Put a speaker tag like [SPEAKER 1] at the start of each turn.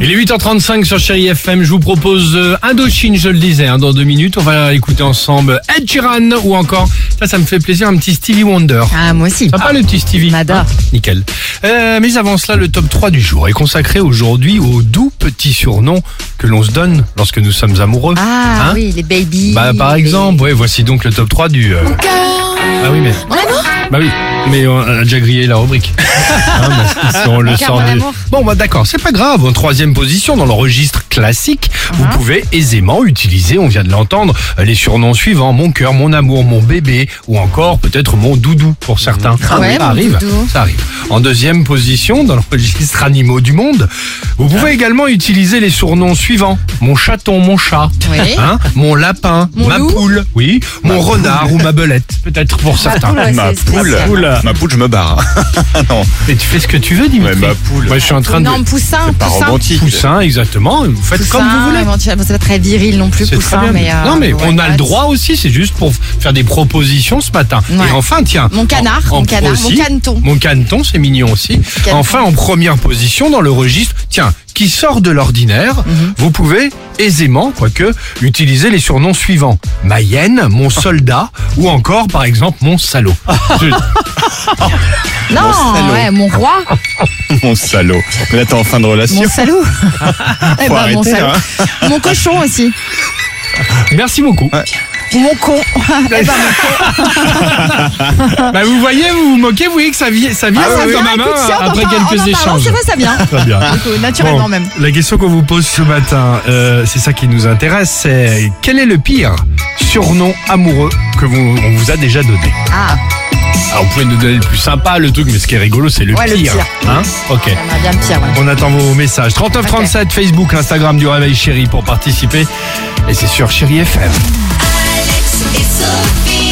[SPEAKER 1] Il est 8h35 sur Chéri FM. Je vous propose euh, Indochine, je le disais, hein, dans deux minutes. On va écouter ensemble Ed Sheeran ou encore, ça, ça me fait plaisir, un petit Stevie Wonder.
[SPEAKER 2] Ah, moi aussi.
[SPEAKER 1] Sympa le petit Stevie. Hein,
[SPEAKER 2] J'adore.
[SPEAKER 1] Nickel. Euh, mais avant cela, le top 3 du jour est consacré aujourd'hui au doux petit surnom que l'on se donne lorsque nous sommes amoureux.
[SPEAKER 2] Ah
[SPEAKER 1] Hein
[SPEAKER 2] oui, les babies.
[SPEAKER 1] Bah, par
[SPEAKER 2] les-
[SPEAKER 1] exemple, ouais, voici donc le top 3 du. euh, Ah oui, mais.
[SPEAKER 2] Mon amour
[SPEAKER 1] Bah oui, mais on a déjà grillé la rubrique. Hein, parce que si on le
[SPEAKER 2] Car
[SPEAKER 1] sort
[SPEAKER 2] mon
[SPEAKER 1] du-
[SPEAKER 2] amour.
[SPEAKER 1] Bon, bah d'accord, c'est pas grave. En troisième position, dans le registre classique, vous
[SPEAKER 2] Ah.
[SPEAKER 1] pouvez aisément utiliser, on vient de l'entendre, les surnoms suivants mon cœur, mon amour, mon bébé, ou encore peut-être mon doudou pour certains.
[SPEAKER 2] Ah ouais,
[SPEAKER 1] ça
[SPEAKER 2] mon
[SPEAKER 1] arrive.
[SPEAKER 2] doudou.
[SPEAKER 1] Ça arrive. En deuxième position, dans le registre animaux du monde, vous pouvez
[SPEAKER 2] Ah.
[SPEAKER 1] également utiliser les surnoms suivants mon chaton, mon chat.
[SPEAKER 2] Oui.
[SPEAKER 1] Hein mon lapin,
[SPEAKER 2] Eh Mon
[SPEAKER 1] ma
[SPEAKER 2] loup.
[SPEAKER 1] poule, oui, mon renard ou ma belette, peut-être pour certains.
[SPEAKER 2] Ouais,
[SPEAKER 3] ma
[SPEAKER 2] c'est
[SPEAKER 3] poule.
[SPEAKER 2] spécial.
[SPEAKER 3] Ma poule, je me barre. non,
[SPEAKER 1] Mais tu fais ce que tu veux, Dimitri.
[SPEAKER 3] Ouais, ma poule.
[SPEAKER 1] Moi, je suis en train de.
[SPEAKER 2] Non, poussin,
[SPEAKER 3] pas
[SPEAKER 2] poussin.
[SPEAKER 3] romantique.
[SPEAKER 1] Poussin, exactement. Vous faites
[SPEAKER 2] Poussin,
[SPEAKER 1] comme vous voulez.
[SPEAKER 2] éventuellement, C'est pas très viril non plus,
[SPEAKER 1] C'est très
[SPEAKER 2] poussin,
[SPEAKER 1] bien.
[SPEAKER 2] mais. euh,
[SPEAKER 1] non, mais on a
[SPEAKER 2] ouais,
[SPEAKER 1] le droit aussi. C'est juste pour faire des propositions ce matin.
[SPEAKER 2] Ouais.
[SPEAKER 1] Et enfin, tiens.
[SPEAKER 2] Mon canard, mon canard,
[SPEAKER 1] aussi,
[SPEAKER 2] mon caneton.
[SPEAKER 1] Mon caneton, c'est mignon aussi.
[SPEAKER 2] Caneton.
[SPEAKER 1] Enfin, en première position dans le registre, tiens, qui sort de l'ordinaire,
[SPEAKER 2] Mhm.
[SPEAKER 1] vous pouvez aisément, quoique, utiliser les surnoms suivants Mayenne, mon soldat, ou encore, par exemple, mon salaud. Je-
[SPEAKER 2] Non,
[SPEAKER 3] salaud. Ah,
[SPEAKER 2] ouais, mon roi,
[SPEAKER 3] mon salaud. Mais là, t'es en fin de relation.
[SPEAKER 2] mon salaud. Eh
[SPEAKER 3] Faut
[SPEAKER 2] ben,
[SPEAKER 3] arrêter,
[SPEAKER 2] mon salaud.
[SPEAKER 3] là, hein.
[SPEAKER 2] Mon cochon aussi.
[SPEAKER 1] Merci beaucoup.
[SPEAKER 2] Mon con.
[SPEAKER 1] Ah
[SPEAKER 2] Eh ben,
[SPEAKER 1] Bah vous voyez, vous vous moquez, vous voyez que ça vient, ça vient
[SPEAKER 2] ah, ça
[SPEAKER 1] quand
[SPEAKER 2] vient,
[SPEAKER 1] même
[SPEAKER 2] écoute,
[SPEAKER 1] hein,
[SPEAKER 2] si on en
[SPEAKER 1] après
[SPEAKER 2] parle- en en
[SPEAKER 1] quelques
[SPEAKER 2] parlant,
[SPEAKER 1] échanges.
[SPEAKER 2] C'est vrai, ça vient.
[SPEAKER 1] Très bien.
[SPEAKER 2] Donc, euh, Naturellement
[SPEAKER 1] Bon,
[SPEAKER 2] même.
[SPEAKER 1] La question qu'on vous pose ce matin, euh, c'est ça qui nous intéresse, c'est quel est le pire surnom amoureux que vous, on vous a déjà donné
[SPEAKER 2] Ah,
[SPEAKER 1] Alors vous pouvez nous donner le plus sympa, le truc, mais ce qui est rigolo, c'est le
[SPEAKER 2] Ouais, le
[SPEAKER 1] pire.
[SPEAKER 2] pire.
[SPEAKER 1] Hein ok.
[SPEAKER 2] j'aimerais bien pire, ouais.
[SPEAKER 1] On attend vos messages. 3937, Facebook, Instagram du Réveil Chéri pour participer. Et c'est sur Chéri FM.
[SPEAKER 4] Alex et Sophie.